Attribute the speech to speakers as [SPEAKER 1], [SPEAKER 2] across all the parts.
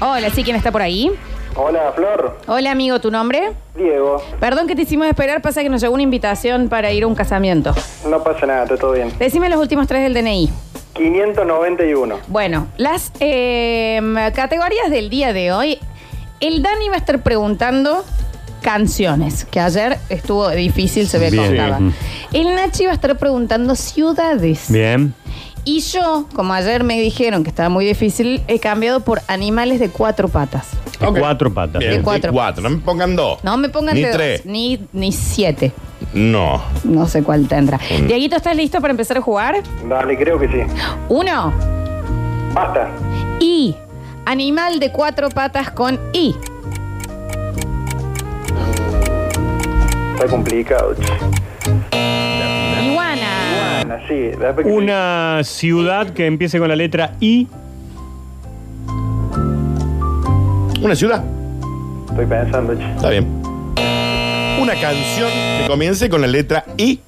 [SPEAKER 1] Hola, sí, ¿quién está por ahí?
[SPEAKER 2] Hola, Flor.
[SPEAKER 1] Hola, amigo, ¿tu nombre?
[SPEAKER 2] Diego.
[SPEAKER 1] Perdón que te hicimos esperar, pasa que nos llegó una invitación para ir a un casamiento.
[SPEAKER 2] No pasa nada, está todo bien.
[SPEAKER 1] Decime los últimos tres del DNI.
[SPEAKER 2] 591.
[SPEAKER 1] Bueno, las eh, categorías del día de hoy. El Dani va a estar preguntando canciones, que ayer estuvo difícil, se ve que
[SPEAKER 3] Bien.
[SPEAKER 1] contaba. El Nachi va a estar preguntando ciudades.
[SPEAKER 3] Bien.
[SPEAKER 1] Y yo, como ayer me dijeron que estaba muy difícil, he cambiado por animales de cuatro patas.
[SPEAKER 3] De
[SPEAKER 4] Ok.
[SPEAKER 3] Cuatro patas.
[SPEAKER 4] Bien,
[SPEAKER 1] De
[SPEAKER 4] de
[SPEAKER 1] cuatro.
[SPEAKER 4] cuatro. No me pongan dos.
[SPEAKER 1] No me pongan
[SPEAKER 4] Ni
[SPEAKER 1] de dos,
[SPEAKER 4] tres.
[SPEAKER 1] ni, ni siete.
[SPEAKER 4] No.
[SPEAKER 1] No sé cuál tendrá. Dieguito, ¿estás listo para empezar a jugar?
[SPEAKER 2] Dale, creo que sí.
[SPEAKER 1] Uno.
[SPEAKER 2] Basta.
[SPEAKER 1] I. Animal de cuatro patas con I.
[SPEAKER 2] Está complicado. che.
[SPEAKER 1] Iguana.
[SPEAKER 2] Bueno, sí. la verdad que
[SPEAKER 3] Una ciudad que empiece con la letra I.
[SPEAKER 4] Una ciudad.
[SPEAKER 2] sí, Estoy pensando, che.
[SPEAKER 4] Está bien. Una canción que comience con la letra I.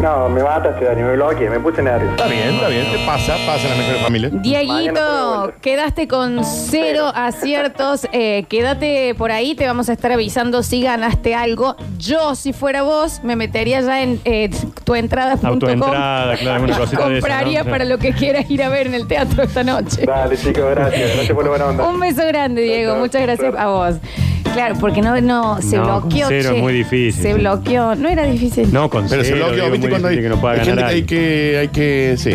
[SPEAKER 2] No, me mataste, Dani, me bloqueé, me puse nervioso.
[SPEAKER 4] Está bien, está bien. Te pasa, pasa en las mejores familias.
[SPEAKER 2] Mañana puedo
[SPEAKER 1] Dieguito,
[SPEAKER 2] volver.
[SPEAKER 1] quedaste con cero aciertos. Eh, quédate por ahí, te vamos a estar avisando si ganaste algo. Yo, si fuera vos, me metería ya en eh, tuentrada.com.
[SPEAKER 3] Autoentrada, claro, alguna cosita de esa,
[SPEAKER 1] Compraría
[SPEAKER 3] ¿no?
[SPEAKER 1] para lo que quieras ir a ver en el teatro esta noche.
[SPEAKER 2] Dale, chicos, gracias. Gracias por la buena onda.
[SPEAKER 1] Un beso grande, Diego.
[SPEAKER 2] Chao, chao.
[SPEAKER 1] Muchas gracias a vos. Claro, porque no, no se
[SPEAKER 3] No,
[SPEAKER 1] bloqueó.
[SPEAKER 3] cero
[SPEAKER 1] che.
[SPEAKER 3] es muy difícil.
[SPEAKER 1] Se bloqueó. No era difícil.
[SPEAKER 3] No, con
[SPEAKER 4] Pero se
[SPEAKER 3] cero,
[SPEAKER 4] lo
[SPEAKER 3] digo,
[SPEAKER 4] que viste
[SPEAKER 3] muy
[SPEAKER 4] cuando hay,
[SPEAKER 3] difícil que no pueda
[SPEAKER 4] hay
[SPEAKER 3] ganar
[SPEAKER 4] gente que hay
[SPEAKER 3] alguien.
[SPEAKER 4] que, hay que, sí.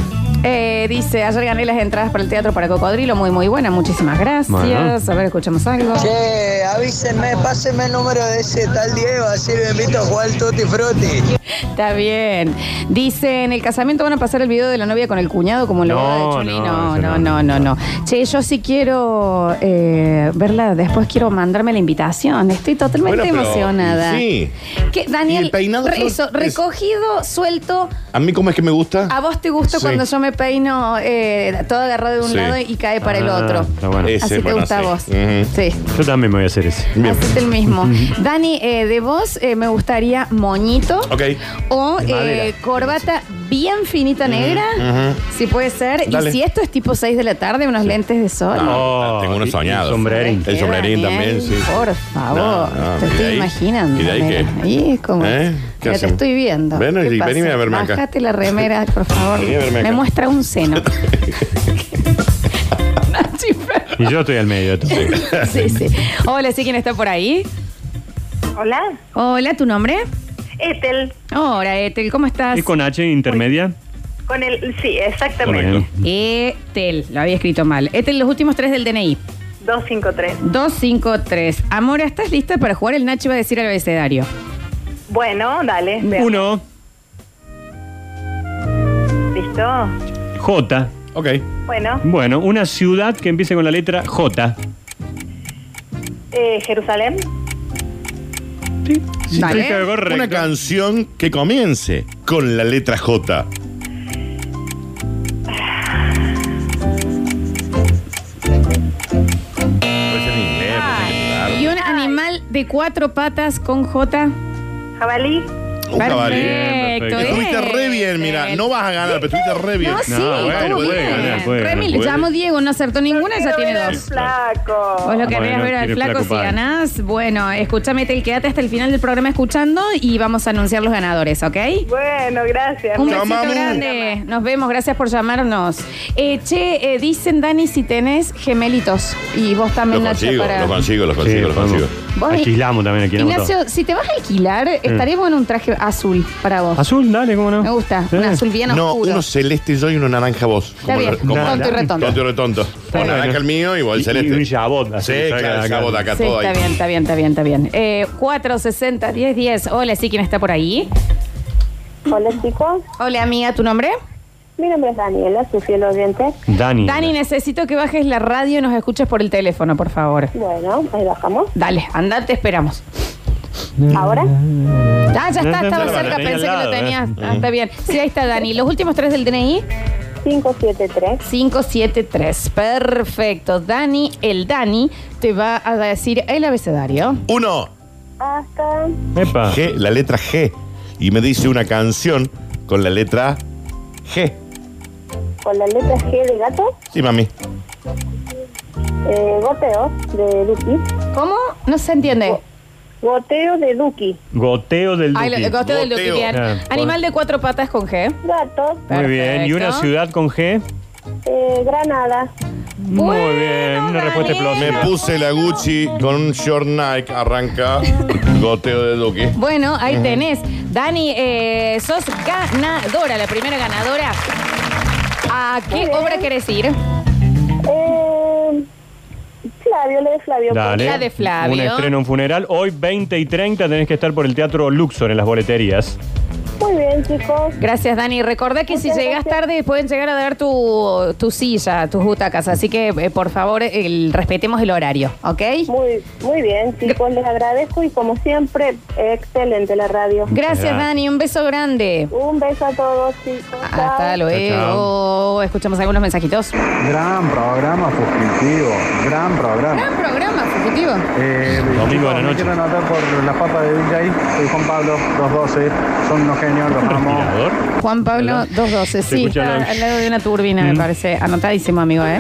[SPEAKER 1] Eh, dice, ayer gané las entradas para el teatro para Cocodrilo. Muy, muy buena. Muchísimas gracias.
[SPEAKER 3] Bueno.
[SPEAKER 1] A ver, escuchamos algo.
[SPEAKER 5] Che, avísenme, pásenme el número de ese tal Diego, así lo invito a jugar al Tutti Frutti.
[SPEAKER 1] Está bien. Dice, en el casamiento van a pasar el video de la novia con el cuñado como en la
[SPEAKER 3] No,
[SPEAKER 1] boda de Choni. No,
[SPEAKER 3] no, eso
[SPEAKER 1] no, no, no,
[SPEAKER 3] no.
[SPEAKER 1] no. Che, yo sí quiero eh, verla. Después quiero mandarme la invitación. Estoy totalmente
[SPEAKER 4] Bueno, pero-
[SPEAKER 1] emocionada.
[SPEAKER 4] sí.
[SPEAKER 1] Que, Daniel,
[SPEAKER 4] Y el peinado,
[SPEAKER 1] re-
[SPEAKER 4] Flor,
[SPEAKER 1] eso,
[SPEAKER 4] es-
[SPEAKER 1] recogido, suelto.
[SPEAKER 4] A mí, ¿cómo es que me gusta?
[SPEAKER 1] A vos te gusta
[SPEAKER 4] Sí.
[SPEAKER 1] cuando yo me peino eh, todo agarrado de un
[SPEAKER 4] Sí.
[SPEAKER 1] lado y cae para el
[SPEAKER 3] Ah,
[SPEAKER 1] otro.
[SPEAKER 3] está bueno.
[SPEAKER 4] Ese,
[SPEAKER 1] Así te
[SPEAKER 4] bueno,
[SPEAKER 1] gusta a
[SPEAKER 4] sí.
[SPEAKER 1] vos.
[SPEAKER 4] Ujú.
[SPEAKER 1] Sí.
[SPEAKER 3] Yo también me voy a hacer ese.
[SPEAKER 4] Bien.
[SPEAKER 1] Hacete el mismo. Dani, eh, de vos eh, me gustaría moñito
[SPEAKER 4] Ok.
[SPEAKER 1] o
[SPEAKER 3] De madera.
[SPEAKER 1] eh, corbata bien finita negra, si puede ser. Y
[SPEAKER 4] Dale.
[SPEAKER 1] si esto es tipo 6 de la tarde, unos lentes de sol.
[SPEAKER 3] Oh,
[SPEAKER 4] Ah, tengo unos
[SPEAKER 3] y- y
[SPEAKER 4] soñados.
[SPEAKER 3] sombrerín.
[SPEAKER 4] El sombrerín
[SPEAKER 1] Daniel,
[SPEAKER 4] también, sí.
[SPEAKER 1] Por favor,
[SPEAKER 4] No, no,
[SPEAKER 1] te
[SPEAKER 4] y de
[SPEAKER 1] estoy
[SPEAKER 4] ahí-
[SPEAKER 1] imaginando.
[SPEAKER 4] y de ahí
[SPEAKER 1] mira,
[SPEAKER 4] qué.
[SPEAKER 1] ahí es como.
[SPEAKER 4] ¿Eh? ¿Qué
[SPEAKER 1] Mira, te
[SPEAKER 4] hacemos?
[SPEAKER 1] estoy viendo.
[SPEAKER 4] Ven,
[SPEAKER 1] ¿Qué
[SPEAKER 4] y
[SPEAKER 1] pasa?
[SPEAKER 4] venime a verme acá.
[SPEAKER 1] Bájate la remera, por favor.
[SPEAKER 4] Vení a verme
[SPEAKER 1] Me
[SPEAKER 4] acá.
[SPEAKER 1] muestra un seno. Nachi Fer.
[SPEAKER 3] Y yo estoy al medio de todo.
[SPEAKER 1] sí, sí. Hola, ¿sí quién está por ahí?
[SPEAKER 6] Hola,
[SPEAKER 1] Hola, ¿tu nombre?
[SPEAKER 6] Ethel,
[SPEAKER 1] Hola, Etel, ¿cómo estás?
[SPEAKER 3] ¿Es con H intermedia?
[SPEAKER 6] con el, sí, exactamente,
[SPEAKER 3] Correcto.
[SPEAKER 1] Etel, lo había escrito mal. Etel, los últimos tres del DNI.
[SPEAKER 6] 253.
[SPEAKER 1] 253. Amora, ¿estás lista para jugar? El Nacho va a decir al abecedario.
[SPEAKER 6] Bueno, dale, veamos.
[SPEAKER 3] Uno,
[SPEAKER 6] ¿Listo?
[SPEAKER 3] J.
[SPEAKER 4] Ok.
[SPEAKER 6] Bueno,
[SPEAKER 3] Bueno, una ciudad que empiece con la letra J.
[SPEAKER 6] eh, Jerusalén,
[SPEAKER 3] Sí, sí,
[SPEAKER 1] Dale.
[SPEAKER 3] está correcto.
[SPEAKER 4] Una canción que comience con la letra J. Puede ser en inglés, puede ser en claro.
[SPEAKER 1] Y un animal de cuatro patas con J.
[SPEAKER 6] Jabalí,
[SPEAKER 4] Un caballo.
[SPEAKER 1] eh. Perfecto.
[SPEAKER 3] Bien,
[SPEAKER 4] Estuviste
[SPEAKER 1] Bien.
[SPEAKER 4] re bien, mira, no vas a ganar, pero estuviste re bien.
[SPEAKER 1] No, sí,
[SPEAKER 3] No, bueno,
[SPEAKER 1] estuvo
[SPEAKER 3] puede
[SPEAKER 1] bien.
[SPEAKER 3] ganar, puede
[SPEAKER 1] Remy,
[SPEAKER 3] ganar,
[SPEAKER 1] le
[SPEAKER 3] puede.
[SPEAKER 1] llamo Diego, no acertó ninguna, ya
[SPEAKER 6] Quiero
[SPEAKER 1] tiene
[SPEAKER 6] ver al
[SPEAKER 1] dos.
[SPEAKER 6] flaco.
[SPEAKER 1] Vos lo querés
[SPEAKER 3] Bueno,
[SPEAKER 1] ver al
[SPEAKER 3] quiere
[SPEAKER 1] flaco
[SPEAKER 3] flaco
[SPEAKER 1] si
[SPEAKER 3] pan.
[SPEAKER 1] ganás. Bueno, escúchame, Etel, quédate hasta el final del programa escuchando y vamos a anunciar los ganadores, ¿ok?
[SPEAKER 6] Bueno, gracias.
[SPEAKER 1] Un
[SPEAKER 6] Mira,
[SPEAKER 1] besito
[SPEAKER 4] Chao, mamu.
[SPEAKER 1] grande. Nos vemos, gracias por llamarnos. Eh, che, eh, dicen Dani si tenés gemelitos. Y vos
[SPEAKER 4] Lo
[SPEAKER 1] también, Nacho,
[SPEAKER 4] consigo,
[SPEAKER 1] para.
[SPEAKER 4] lo consigo, lo consigo,
[SPEAKER 3] Sí,
[SPEAKER 4] lo
[SPEAKER 3] vamos.
[SPEAKER 4] consigo.
[SPEAKER 1] Vos-
[SPEAKER 3] Alquilamos también, alquilamos
[SPEAKER 1] Ignacio, si te vas a alquilar, estaríamos en un traje azul para vos.
[SPEAKER 3] todo. Azul, dale, cómo no.
[SPEAKER 1] Me gusta,
[SPEAKER 3] Sí.
[SPEAKER 1] un azul bien
[SPEAKER 4] No,
[SPEAKER 1] oscuro.
[SPEAKER 4] uno celeste yo y uno naranja vos. Como
[SPEAKER 1] bien,
[SPEAKER 4] la- como
[SPEAKER 3] tonto
[SPEAKER 4] la-
[SPEAKER 3] y
[SPEAKER 1] retonto.
[SPEAKER 4] Tonto y retonto. Un
[SPEAKER 3] bien.
[SPEAKER 4] naranja el mío y vos
[SPEAKER 3] Y-
[SPEAKER 4] el celeste.
[SPEAKER 3] y un jabot, así
[SPEAKER 4] Sí,
[SPEAKER 3] que salga
[SPEAKER 4] claro,
[SPEAKER 3] de
[SPEAKER 4] el
[SPEAKER 3] acá.
[SPEAKER 4] jabot acá
[SPEAKER 1] Sí,
[SPEAKER 4] todo
[SPEAKER 1] está
[SPEAKER 4] ahí.
[SPEAKER 1] bien, está bien, está bien, está bien. Eh, 460 10 10. Hola, sí, ¿quién está por ahí?
[SPEAKER 7] Hola chicos,
[SPEAKER 1] Hola, amiga, ¿tu nombre?
[SPEAKER 7] mi nombre es Daniela, soy fiel oyente.
[SPEAKER 3] Dani.
[SPEAKER 1] Dani, necesito que bajes la radio y nos escuches por el teléfono, por favor.
[SPEAKER 7] Bueno, ahí bajamos.
[SPEAKER 1] Dale, andate, esperamos.
[SPEAKER 7] Ahora,
[SPEAKER 1] Ah, ya está,
[SPEAKER 3] Ya
[SPEAKER 1] estaba
[SPEAKER 3] la
[SPEAKER 1] cerca,
[SPEAKER 3] tenía al
[SPEAKER 1] pensé que lo
[SPEAKER 3] lado,
[SPEAKER 1] tenías.
[SPEAKER 3] ¿eh?
[SPEAKER 1] Ah, está bien. Sí, ahí está Dani. Los últimos tres del DNI,
[SPEAKER 7] 573.
[SPEAKER 1] 573. Perfecto. Dani, el Dani, te va a decir el abecedario.
[SPEAKER 4] Uno,
[SPEAKER 7] Hasta
[SPEAKER 3] Epa.
[SPEAKER 4] G, la letra G. Y me dice una canción con la letra G.
[SPEAKER 7] con la letra G de gato,
[SPEAKER 4] Sí, mami.
[SPEAKER 7] eh, goteo de Duki.
[SPEAKER 1] ¿Cómo? No se entiende.
[SPEAKER 7] Goteo de Duki.
[SPEAKER 3] Goteo del
[SPEAKER 1] Ay, lo-
[SPEAKER 3] Duque.
[SPEAKER 1] el goteo del Duki,
[SPEAKER 4] Goteo.
[SPEAKER 1] bien.
[SPEAKER 3] Ah,
[SPEAKER 1] Animal de cuatro patas con G.
[SPEAKER 7] Gato,
[SPEAKER 3] Muy bien. ¿Y una
[SPEAKER 1] Perfecto.
[SPEAKER 3] ciudad con G?
[SPEAKER 7] eh, Granada.
[SPEAKER 3] Muy bien. Una respuesta
[SPEAKER 1] Daniel.
[SPEAKER 3] explosiva.
[SPEAKER 4] Me puse la Gucci con un short Nike, arranca goteo de Duque.
[SPEAKER 1] Bueno, ahí tenés. Dani, eh, sos ganadora, la primera ganadora. ¿A qué obra querés ir?
[SPEAKER 7] Eh, Flavio, le de Flavio.
[SPEAKER 3] Dale.
[SPEAKER 1] La de Flavio.
[SPEAKER 3] Un estreno, un funeral. Hoy 20 y 30 tenés que estar por el Teatro Luxor en las boleterías.
[SPEAKER 7] Muy bien, chicos.
[SPEAKER 1] Gracias, Dani. Recordá que si
[SPEAKER 7] Muchas
[SPEAKER 1] llegas
[SPEAKER 7] gracias.
[SPEAKER 1] tarde pueden llegar a dar tu, tu silla, tus butacas. Así que, eh, por favor, el- respetemos el horario, ¿ok?
[SPEAKER 7] Muy, muy bien, chicos. Les agradezco y como siempre, excelente la radio.
[SPEAKER 1] Gracias,
[SPEAKER 3] Gracias.
[SPEAKER 1] Dani. Un beso grande.
[SPEAKER 7] Un beso a todos, chicos.
[SPEAKER 1] Ah, Hasta
[SPEAKER 7] Chao.
[SPEAKER 1] luego. Escuchamos algunos mensajitos.
[SPEAKER 8] Gran programa fugitivo, gran programa.
[SPEAKER 1] Gran programa, fugitivo.
[SPEAKER 8] Eh,
[SPEAKER 3] Domingo
[SPEAKER 8] chicos,
[SPEAKER 3] a la
[SPEAKER 8] me
[SPEAKER 3] noche.
[SPEAKER 8] Quiero anotar por las papas de DJ. Soy Juan Pablo, 212. Son unos genios, los amo.
[SPEAKER 3] Respirador.
[SPEAKER 1] Juan Pablo 212,
[SPEAKER 3] Se
[SPEAKER 1] sí,
[SPEAKER 3] escucha
[SPEAKER 1] está
[SPEAKER 3] la-
[SPEAKER 1] al lado de una turbina, me parece. Anotadísimo, amigo, ¿eh?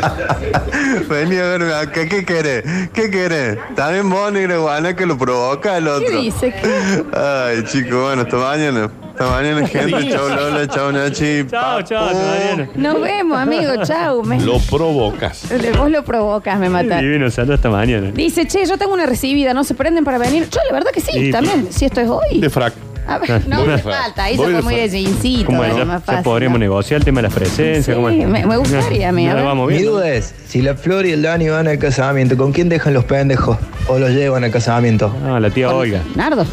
[SPEAKER 9] Vení a verme acá, ¿qué querés? ¿Qué querés? También vos, negra guana, que lo provoca el otro.
[SPEAKER 1] ¿Qué dice? ¿Qué?
[SPEAKER 9] Ay, chico, bueno, hasta mañana. Hasta mañana, gente. Chau, Lola, chau, Nachi.
[SPEAKER 3] Chao, chao.
[SPEAKER 9] Papu.
[SPEAKER 3] Daniel.
[SPEAKER 1] Nos vemos, amigo, chau. Me-
[SPEAKER 4] Lo provocas.
[SPEAKER 1] Vos lo provocas, me mata.
[SPEAKER 3] Divino, salto hasta mañana.
[SPEAKER 1] Dice, che, yo tengo una recibida, ¿no se prenden para venir? Yo, la verdad que sí,
[SPEAKER 3] Sí,
[SPEAKER 1] también. Si esto es
[SPEAKER 4] De
[SPEAKER 1] hoy.
[SPEAKER 4] frac.
[SPEAKER 1] A ver, no
[SPEAKER 4] Voy
[SPEAKER 1] me
[SPEAKER 4] de fa-
[SPEAKER 1] falta. Ahí se
[SPEAKER 4] voy
[SPEAKER 1] fue
[SPEAKER 4] de
[SPEAKER 1] muy
[SPEAKER 4] fa-
[SPEAKER 1] de jeansito.
[SPEAKER 3] ¿Cómo es?
[SPEAKER 1] era
[SPEAKER 3] Ya,
[SPEAKER 1] más
[SPEAKER 3] ya
[SPEAKER 1] fácil,
[SPEAKER 3] podríamos
[SPEAKER 1] ¿no?
[SPEAKER 3] negociar el tema de las presencias.
[SPEAKER 1] Sí,
[SPEAKER 3] ¿cómo es?
[SPEAKER 1] me- me gustaría, mi, a
[SPEAKER 3] Ya
[SPEAKER 1] ver.
[SPEAKER 3] vamos
[SPEAKER 10] Mi
[SPEAKER 3] viendo.
[SPEAKER 10] duda es, si la Flor y el Dani van al casamiento, ¿con quién dejan los pendejos? ¿O los llevan al casamiento?
[SPEAKER 3] Ah, la tía Olga.
[SPEAKER 1] Nardo,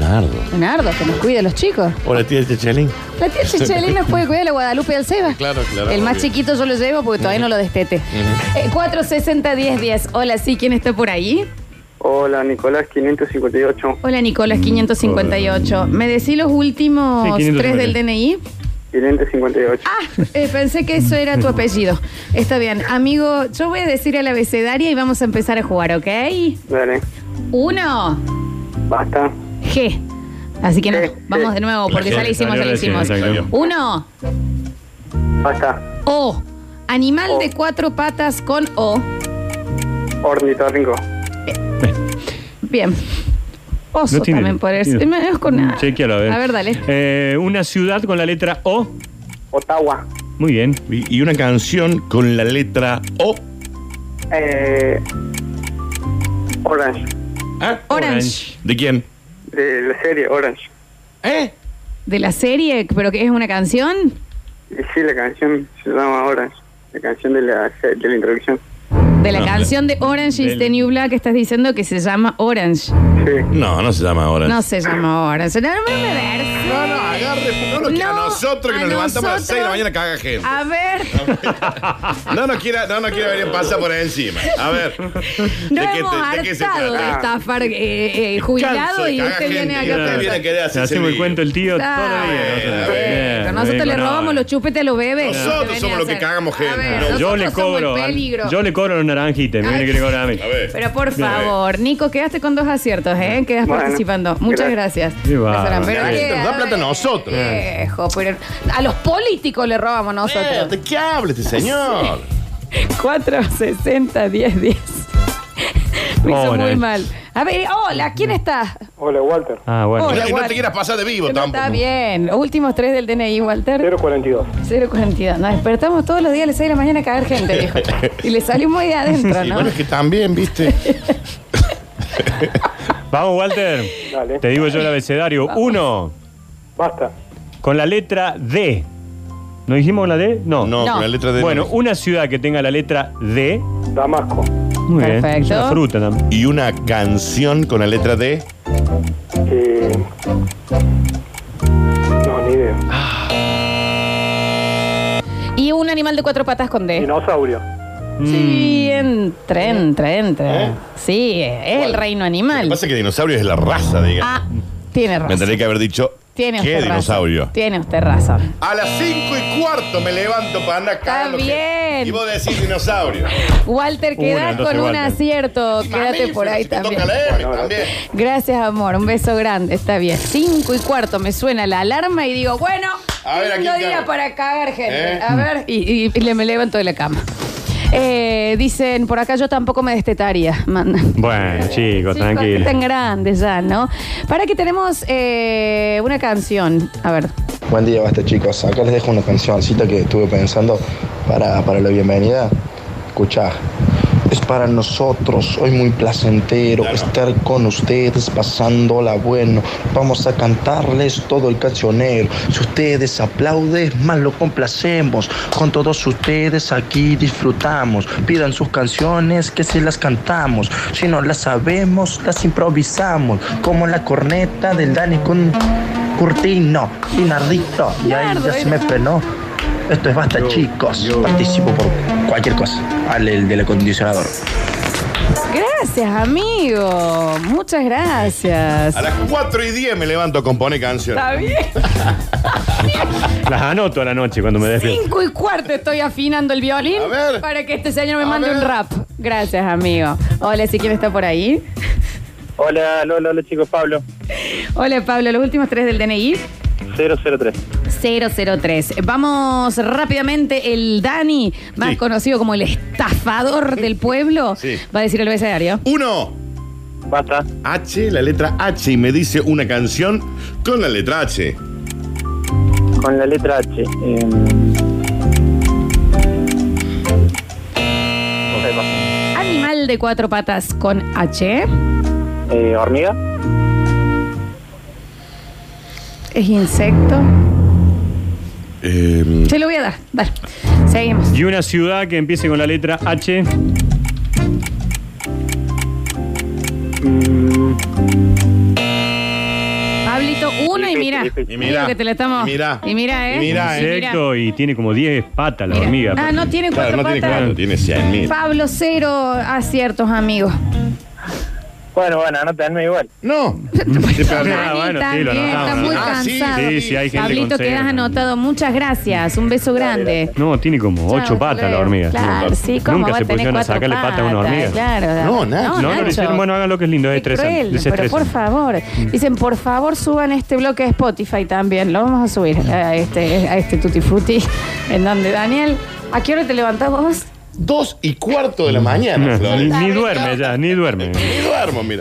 [SPEAKER 4] Nardo.
[SPEAKER 1] Nardo, que nos cuide a los chicos.
[SPEAKER 4] Hola, tía
[SPEAKER 1] este
[SPEAKER 4] Chechelín.
[SPEAKER 1] La tía Chichelín nos puede cuidar a la Guadalupe del Seba.
[SPEAKER 4] Claro, claro,
[SPEAKER 1] El más
[SPEAKER 4] obvio.
[SPEAKER 1] chiquito yo lo llevo porque todavía no lo destete. Eh, 460-1010. Hola, sí, ¿quién está por ahí?
[SPEAKER 2] Hola, Nicolás 558.
[SPEAKER 1] Hola, Nicolás, 558. ¿Me decís los últimos
[SPEAKER 3] Sí, 558.
[SPEAKER 1] tres del DNI?
[SPEAKER 2] 558.
[SPEAKER 1] Ah, eh, pensé que eso era tu apellido. Está bien. Amigo, yo voy a decir a la abecedaria y vamos a empezar a jugar, ¿ok?
[SPEAKER 2] Dale.
[SPEAKER 1] Uno,
[SPEAKER 2] Basta.
[SPEAKER 1] G. Así que no,
[SPEAKER 2] Sí,
[SPEAKER 1] vamos
[SPEAKER 2] sí.
[SPEAKER 1] de nuevo, porque ya
[SPEAKER 3] Salió
[SPEAKER 1] la hicimos, ya la
[SPEAKER 3] recién,
[SPEAKER 1] hicimos.
[SPEAKER 3] salió.
[SPEAKER 1] Uno,
[SPEAKER 2] Basta.
[SPEAKER 1] O. Animal de
[SPEAKER 2] O.
[SPEAKER 1] cuatro patas con O.
[SPEAKER 2] Ornitorrinco.
[SPEAKER 1] Bien. Oso
[SPEAKER 3] No tiene-
[SPEAKER 1] también puede ser.
[SPEAKER 3] tiene-
[SPEAKER 1] No, es con nada.
[SPEAKER 3] Chequealo, a ver.
[SPEAKER 1] A ver, dale.
[SPEAKER 3] Eh, una ciudad con la letra O.
[SPEAKER 2] Ottawa.
[SPEAKER 3] Muy bien.
[SPEAKER 4] Y y una canción con la letra O.
[SPEAKER 2] Eh, Orange.
[SPEAKER 4] ¿Ah?
[SPEAKER 1] Orange.
[SPEAKER 4] ¿De quién?
[SPEAKER 2] De la serie Orange.
[SPEAKER 4] ¿Eh?
[SPEAKER 1] De la serie, pero que es una canción.
[SPEAKER 2] Y sí, la canción se llama Orange. La canción de la, se- de la introducción.
[SPEAKER 1] De la
[SPEAKER 4] No,
[SPEAKER 1] canción de Orange is
[SPEAKER 3] Ah, del-
[SPEAKER 1] the New Black que estás diciendo que se llama Orange.
[SPEAKER 2] Sí.
[SPEAKER 4] No, no se llama ahora.
[SPEAKER 1] No se llama Orange. No, no me verse.
[SPEAKER 4] No, no, agarre. No nos- a
[SPEAKER 1] No,
[SPEAKER 4] nosotros que
[SPEAKER 1] a
[SPEAKER 4] nos levantamos a las 6 de la
[SPEAKER 1] nosotros.
[SPEAKER 4] mañana caga gente.
[SPEAKER 1] A ver,
[SPEAKER 4] No nos quiera, no nos quiera venir pasa por ahí encima. A ver.
[SPEAKER 1] no
[SPEAKER 4] qué
[SPEAKER 1] hemos
[SPEAKER 4] te- de qué se
[SPEAKER 1] hartado de
[SPEAKER 4] trata?
[SPEAKER 1] estafar eh, eh, jubilado
[SPEAKER 4] Canso de
[SPEAKER 1] y
[SPEAKER 4] cagar
[SPEAKER 1] usted viene
[SPEAKER 4] gente.
[SPEAKER 1] acá a
[SPEAKER 4] Usted
[SPEAKER 1] pensar.
[SPEAKER 4] viene a querer
[SPEAKER 3] Se
[SPEAKER 4] hacerse
[SPEAKER 3] hacemos el
[SPEAKER 4] lío.
[SPEAKER 3] cuento el tío
[SPEAKER 1] Está
[SPEAKER 3] todavía.
[SPEAKER 4] Bueno,
[SPEAKER 3] Otra
[SPEAKER 1] perfecto.
[SPEAKER 3] vez.
[SPEAKER 1] Nosotros le
[SPEAKER 3] No,
[SPEAKER 1] robamos
[SPEAKER 3] no.
[SPEAKER 1] los chupes a los bebés.
[SPEAKER 4] Nosotros
[SPEAKER 1] Venía
[SPEAKER 4] somos
[SPEAKER 1] a
[SPEAKER 4] los que
[SPEAKER 1] hacer.
[SPEAKER 4] cagamos gente.
[SPEAKER 1] A ver,
[SPEAKER 4] No,
[SPEAKER 3] Yo
[SPEAKER 1] nosotros
[SPEAKER 3] le
[SPEAKER 1] somos el
[SPEAKER 3] cobro. al-
[SPEAKER 1] peligro.
[SPEAKER 3] Yo le cobro los naranjitas. Me viene que le cobran a mí.
[SPEAKER 4] A ver. Eh,
[SPEAKER 1] Pero por favor, Nico, quedaste con dos aciertos, ¿eh? Quedas
[SPEAKER 2] Bueno,
[SPEAKER 1] participando. Muchas gracias.
[SPEAKER 3] Qué bárbaro.
[SPEAKER 1] Pasarán, pero
[SPEAKER 4] La
[SPEAKER 1] hay
[SPEAKER 4] gente
[SPEAKER 1] que-
[SPEAKER 4] nos da plata a nosotros.
[SPEAKER 1] Eh, Viejo, pero a los políticos le robamos
[SPEAKER 4] Eh,
[SPEAKER 1] nosotros.
[SPEAKER 4] ¿De qué habla este señor?
[SPEAKER 1] 460 10 10. Me hizo
[SPEAKER 3] Hola.
[SPEAKER 1] muy mal. A ver, hola, ¿quién está?
[SPEAKER 2] Hola, Walter.
[SPEAKER 3] Ah, bueno.
[SPEAKER 1] Hola.
[SPEAKER 4] Y no
[SPEAKER 1] Walter.
[SPEAKER 4] te quieras pasar de vivo
[SPEAKER 1] No
[SPEAKER 4] tampoco.
[SPEAKER 1] está bien. Los últimos tres del DNI, Walter.
[SPEAKER 2] 042.
[SPEAKER 1] 042. Nos despertamos todos los días a las 6 de la mañana a cagar gente, viejo. Y le salió muy de adentro,
[SPEAKER 4] Y
[SPEAKER 1] ¿no?
[SPEAKER 4] bueno, es que también, viste.
[SPEAKER 3] Vamos, Walter.
[SPEAKER 2] Dale.
[SPEAKER 3] Te digo yo el abecedario. Uno,
[SPEAKER 2] Basta.
[SPEAKER 3] con la letra D. ¿No dijimos la D? No.
[SPEAKER 4] No,
[SPEAKER 1] No.
[SPEAKER 4] con la letra de.
[SPEAKER 3] Bueno, una ciudad que tenga la letra D.
[SPEAKER 2] Damasco.
[SPEAKER 3] Muy bien.
[SPEAKER 1] Perfecto.
[SPEAKER 3] Es una fruta también.
[SPEAKER 4] Y una canción con la letra D.
[SPEAKER 2] Eh, no, ni idea.
[SPEAKER 1] Y un animal de cuatro patas con D.
[SPEAKER 2] ¿Eh? Dinosaurio.
[SPEAKER 1] Sí, entra, entra, entra.
[SPEAKER 4] ¿Eh?
[SPEAKER 1] Sí, es el reino
[SPEAKER 4] Lo que
[SPEAKER 1] animal.
[SPEAKER 4] pasa es que dinosaurio es la raza,
[SPEAKER 1] Ah,
[SPEAKER 4] digamos.
[SPEAKER 1] tiene
[SPEAKER 4] Me
[SPEAKER 1] razón.
[SPEAKER 4] tendría que haber dicho.
[SPEAKER 1] Tiene
[SPEAKER 4] ¿Qué
[SPEAKER 1] usted razón.
[SPEAKER 4] dinosaurio?
[SPEAKER 1] Tiene usted razón.
[SPEAKER 4] A las 5 y cuarto me levanto para andar acá.
[SPEAKER 1] Está bien.
[SPEAKER 4] Y vos decís dinosaurio.
[SPEAKER 1] Walter,
[SPEAKER 3] Una,
[SPEAKER 1] quedás
[SPEAKER 3] entonces,
[SPEAKER 1] con un
[SPEAKER 3] Walter.
[SPEAKER 1] acierto. Quédate
[SPEAKER 4] Mamífero,
[SPEAKER 1] por ahí
[SPEAKER 4] si te
[SPEAKER 1] también.
[SPEAKER 4] Toca leerme
[SPEAKER 2] Bueno,
[SPEAKER 4] también.
[SPEAKER 1] Gracias, amor. Un beso grande. Está bien. Cinco y cuarto me suena la alarma y digo, bueno,
[SPEAKER 4] A ver, aquí
[SPEAKER 1] Lindo día
[SPEAKER 4] cago.
[SPEAKER 1] para cagar, gente.
[SPEAKER 4] ¿Eh?
[SPEAKER 1] A ver, y, y- y le me levanto de la cama. Eh, dicen, por acá yo tampoco me destetaría. Mandan.
[SPEAKER 3] Bueno, chicos,
[SPEAKER 1] qué
[SPEAKER 3] tranquilo.
[SPEAKER 1] Tan grande ya, ¿no? Para que tenemos eh, una canción. A ver.
[SPEAKER 10] Buen día, basta chicos. Acá les dejo una cancioncita que estuve pensando para, para la bienvenida. Escuchá. Es para nosotros, hoy muy placentero
[SPEAKER 4] Claro.
[SPEAKER 10] estar con ustedes pasándola bueno. Vamos a cantarles todo el cancionero. Si ustedes aplauden, más lo complacemos. Con todos ustedes aquí disfrutamos. Pidan sus canciones que se las cantamos. Si no las sabemos, las improvisamos. Como la corneta del Dani con Curtino y Nardito. Y ahí
[SPEAKER 1] Nardo,
[SPEAKER 10] ya se
[SPEAKER 1] era.
[SPEAKER 10] me penó. Esto es basta, chicos. Participo por cualquier cosa. Al el del acondicionador.
[SPEAKER 1] Gracias, amigo. Muchas gracias.
[SPEAKER 4] A las 4 y 10 me levanto a componer canciones.
[SPEAKER 1] Está bien.
[SPEAKER 3] Las anoto a la noche cuando me despierto.
[SPEAKER 1] Cinco y cuarto estoy afinando el violín
[SPEAKER 4] A ver.
[SPEAKER 1] para que este señor me
[SPEAKER 4] A
[SPEAKER 1] mande un
[SPEAKER 4] ver.
[SPEAKER 1] rap. Gracias, amigo. Hola, si quién está por ahí.
[SPEAKER 2] Hola, Lola, hola chicos, Pablo.
[SPEAKER 1] Hola, Pablo. Los últimos tres del DNI.
[SPEAKER 2] 003.
[SPEAKER 1] 003. Vamos rápidamente. El Dani, más
[SPEAKER 4] Sí.
[SPEAKER 1] conocido como el estafador del pueblo,
[SPEAKER 4] Sí.
[SPEAKER 1] va a decir el abecedario.
[SPEAKER 4] 1.
[SPEAKER 2] Basta.
[SPEAKER 4] H, la letra H. Y me dice una canción con la letra H.
[SPEAKER 2] Con la letra H. Em,
[SPEAKER 1] Animal de cuatro patas con H.
[SPEAKER 2] eh, ¿Hormiga?
[SPEAKER 1] Es insecto.
[SPEAKER 4] Eh,
[SPEAKER 1] Se lo voy a dar. Dale. Seguimos.
[SPEAKER 3] Y una ciudad que empiece con la letra H.
[SPEAKER 1] Pablito, uno y mira.
[SPEAKER 4] y mira.
[SPEAKER 1] Digo que te la estamos.
[SPEAKER 4] Y mira.
[SPEAKER 1] Y mira, ¿eh?
[SPEAKER 4] Y mira, ¿eh?
[SPEAKER 3] Insecto y tiene como 10 patas la
[SPEAKER 1] Mira.
[SPEAKER 3] hormiga.
[SPEAKER 1] Ah, no tiene
[SPEAKER 4] pues. Claro,
[SPEAKER 1] cuatro
[SPEAKER 4] no tiene
[SPEAKER 1] patas.
[SPEAKER 4] cuatro, tiene 100 mil.
[SPEAKER 1] Pablo, cero aciertos, amigos.
[SPEAKER 2] Bueno, bueno, anotenme igual.
[SPEAKER 4] No. Sí, pero
[SPEAKER 3] Ah,
[SPEAKER 1] pues, Dani
[SPEAKER 3] bueno, sí, lo
[SPEAKER 1] también está
[SPEAKER 3] anotamos.
[SPEAKER 1] muy
[SPEAKER 4] Ah, sí,
[SPEAKER 1] cansado.
[SPEAKER 3] sí, sí, hay gente
[SPEAKER 1] Pablito,
[SPEAKER 3] con cero.
[SPEAKER 1] quedas anotado. Muchas gracias. Un beso grande.
[SPEAKER 3] No, tiene como
[SPEAKER 1] Chao,
[SPEAKER 3] ocho
[SPEAKER 1] hasta
[SPEAKER 3] patas la
[SPEAKER 1] luego.
[SPEAKER 3] hormiga.
[SPEAKER 1] Claro, sí, ¿cómo
[SPEAKER 3] Nunca
[SPEAKER 1] va
[SPEAKER 3] se
[SPEAKER 1] a tener
[SPEAKER 3] pusieron a
[SPEAKER 1] cuatro
[SPEAKER 3] sacarle patas a una hormiga.
[SPEAKER 1] Claro.
[SPEAKER 4] No, Nacho.
[SPEAKER 3] No, no lo hicieron. Bueno, hagan lo que es lindo, es
[SPEAKER 1] Qué
[SPEAKER 3] estresante,
[SPEAKER 1] cruel, pero
[SPEAKER 3] desestresa.
[SPEAKER 1] por favor.
[SPEAKER 3] Mm.
[SPEAKER 1] Dicen, por favor, suban este bloque de Spotify también. Lo vamos a subir a este, a este Tutti Frutti. En donde, Daniel, ¿a qué hora te levantás vos?
[SPEAKER 4] Dos y cuarto de la
[SPEAKER 3] No,
[SPEAKER 4] mañana,
[SPEAKER 3] ni,
[SPEAKER 4] Flores.
[SPEAKER 3] ni duerme ya, ni duerme.
[SPEAKER 4] Ni duermo, mira.